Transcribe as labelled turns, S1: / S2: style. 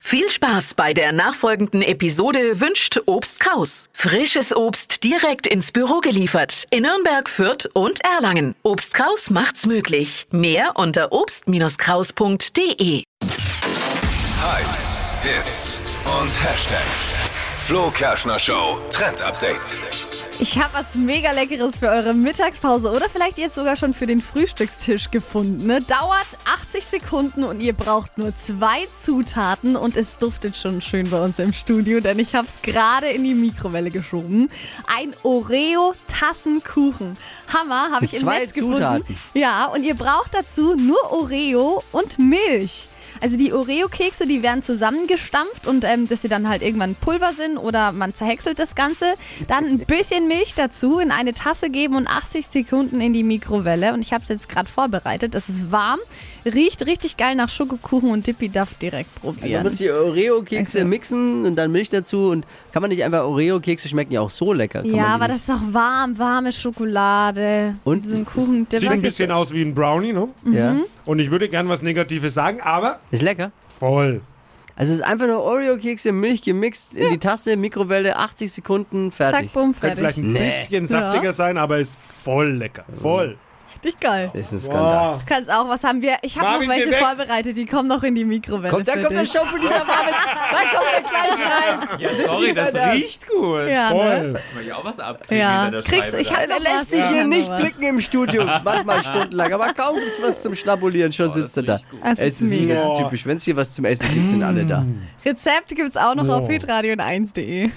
S1: Viel Spaß bei der nachfolgenden Episode wünscht Obst Kraus. Frisches Obst direkt ins Büro geliefert in Nürnberg, Fürth und Erlangen. Obst Kraus macht's möglich. Mehr unter obst-kraus.de.
S2: Hypes, Hits und Hashtags. Flo Kerschner Show Trend Update.
S3: Ich habe was mega Leckeres für eure Mittagspause oder vielleicht jetzt sogar schon für den Frühstückstisch gefunden. Ne? Dauert 80 Sekunden und ihr braucht nur zwei Zutaten und es duftet schon schön bei uns im Studio, denn ich habe es gerade in die Mikrowelle geschoben. Ein Oreo-Tassenkuchen. Hammer, habe ich im
S4: Zwei
S3: Netz gefunden.
S4: Zutaten.
S3: Ja, und ihr braucht dazu nur Oreo und Milch. Also die Oreo-Kekse, die werden zusammengestampft und ähm, dass sie dann halt irgendwann Pulver sind oder man zerhäckselt das Ganze. Dann ein bisschen Milch dazu in eine Tasse geben und 80 Sekunden in die Mikrowelle. Und ich habe es jetzt gerade vorbereitet. Es ist warm, riecht richtig geil nach Schokokuchen und Dippy Duff direkt
S4: Man
S3: probieren.
S5: Also,
S4: muss die Also Oreo-Kekse
S3: Danke.
S4: mixen und dann Milch dazu. Und kann man nicht einfach Oreo-Kekse schmecken ja auch so lecker? Kann
S3: ja,
S4: man die
S3: aber
S4: nicht-
S3: das ist doch warm, warme Schokolade.
S4: Und?
S3: so ein Kuchen, der
S5: Sieht ein
S3: macht sich-
S5: bisschen aus wie ein Brownie, ne?
S4: ja.
S3: mhm.
S5: Und ich würde gern was Negatives sagen, aber
S4: ist lecker.
S5: voll.
S4: Also es ist einfach nur Oreo-Kekse, Milch gemixt in die Tasse, Mikrowelle, 80 Sekunden, fertig.
S3: Zack, bumm,
S5: Könnte
S3: fertig.
S5: vielleicht ein bisschen saftiger sein, aber ist voll lecker. Voll. Oh,
S3: Richtig geil.
S4: Das ist ein Skandal.
S5: Boah.
S3: Du kannst auch, was haben wir? Ich habe
S5: Marvin,
S3: noch welche
S5: geh weg.
S3: vorbereitet, die kommen noch in die Mikrowelle.
S4: Kommt, da
S3: für
S4: kommt der
S3: dich.
S4: Show von dieser Warte. Da kommt er gleich rein.
S6: Sorry, das riecht gut.
S3: Ja, ne?
S5: Voll.
S6: Kann ich auch was abkriegen
S3: ja.
S6: bei der
S3: kriegst,
S6: Scheibe
S3: ich
S6: da?
S3: hab
S4: Er
S3: noch was,
S4: lässt sich
S3: ja.
S4: hier
S3: noch
S4: nicht
S3: was.
S4: blicken im Studio. Manchmal stundenlang, aber kaum gibt's was zum Schnabulieren, schon sitzt er da.
S6: Oh, riecht gut.
S3: Das
S4: Es
S3: ist Mhm.
S4: ist wieder
S5: mega.
S4: typisch. Wenn es hier was zum Essen gibt, sind alle da.
S3: Rezept gibt's auch noch auf
S5: Wow.
S3: hitradio1.de.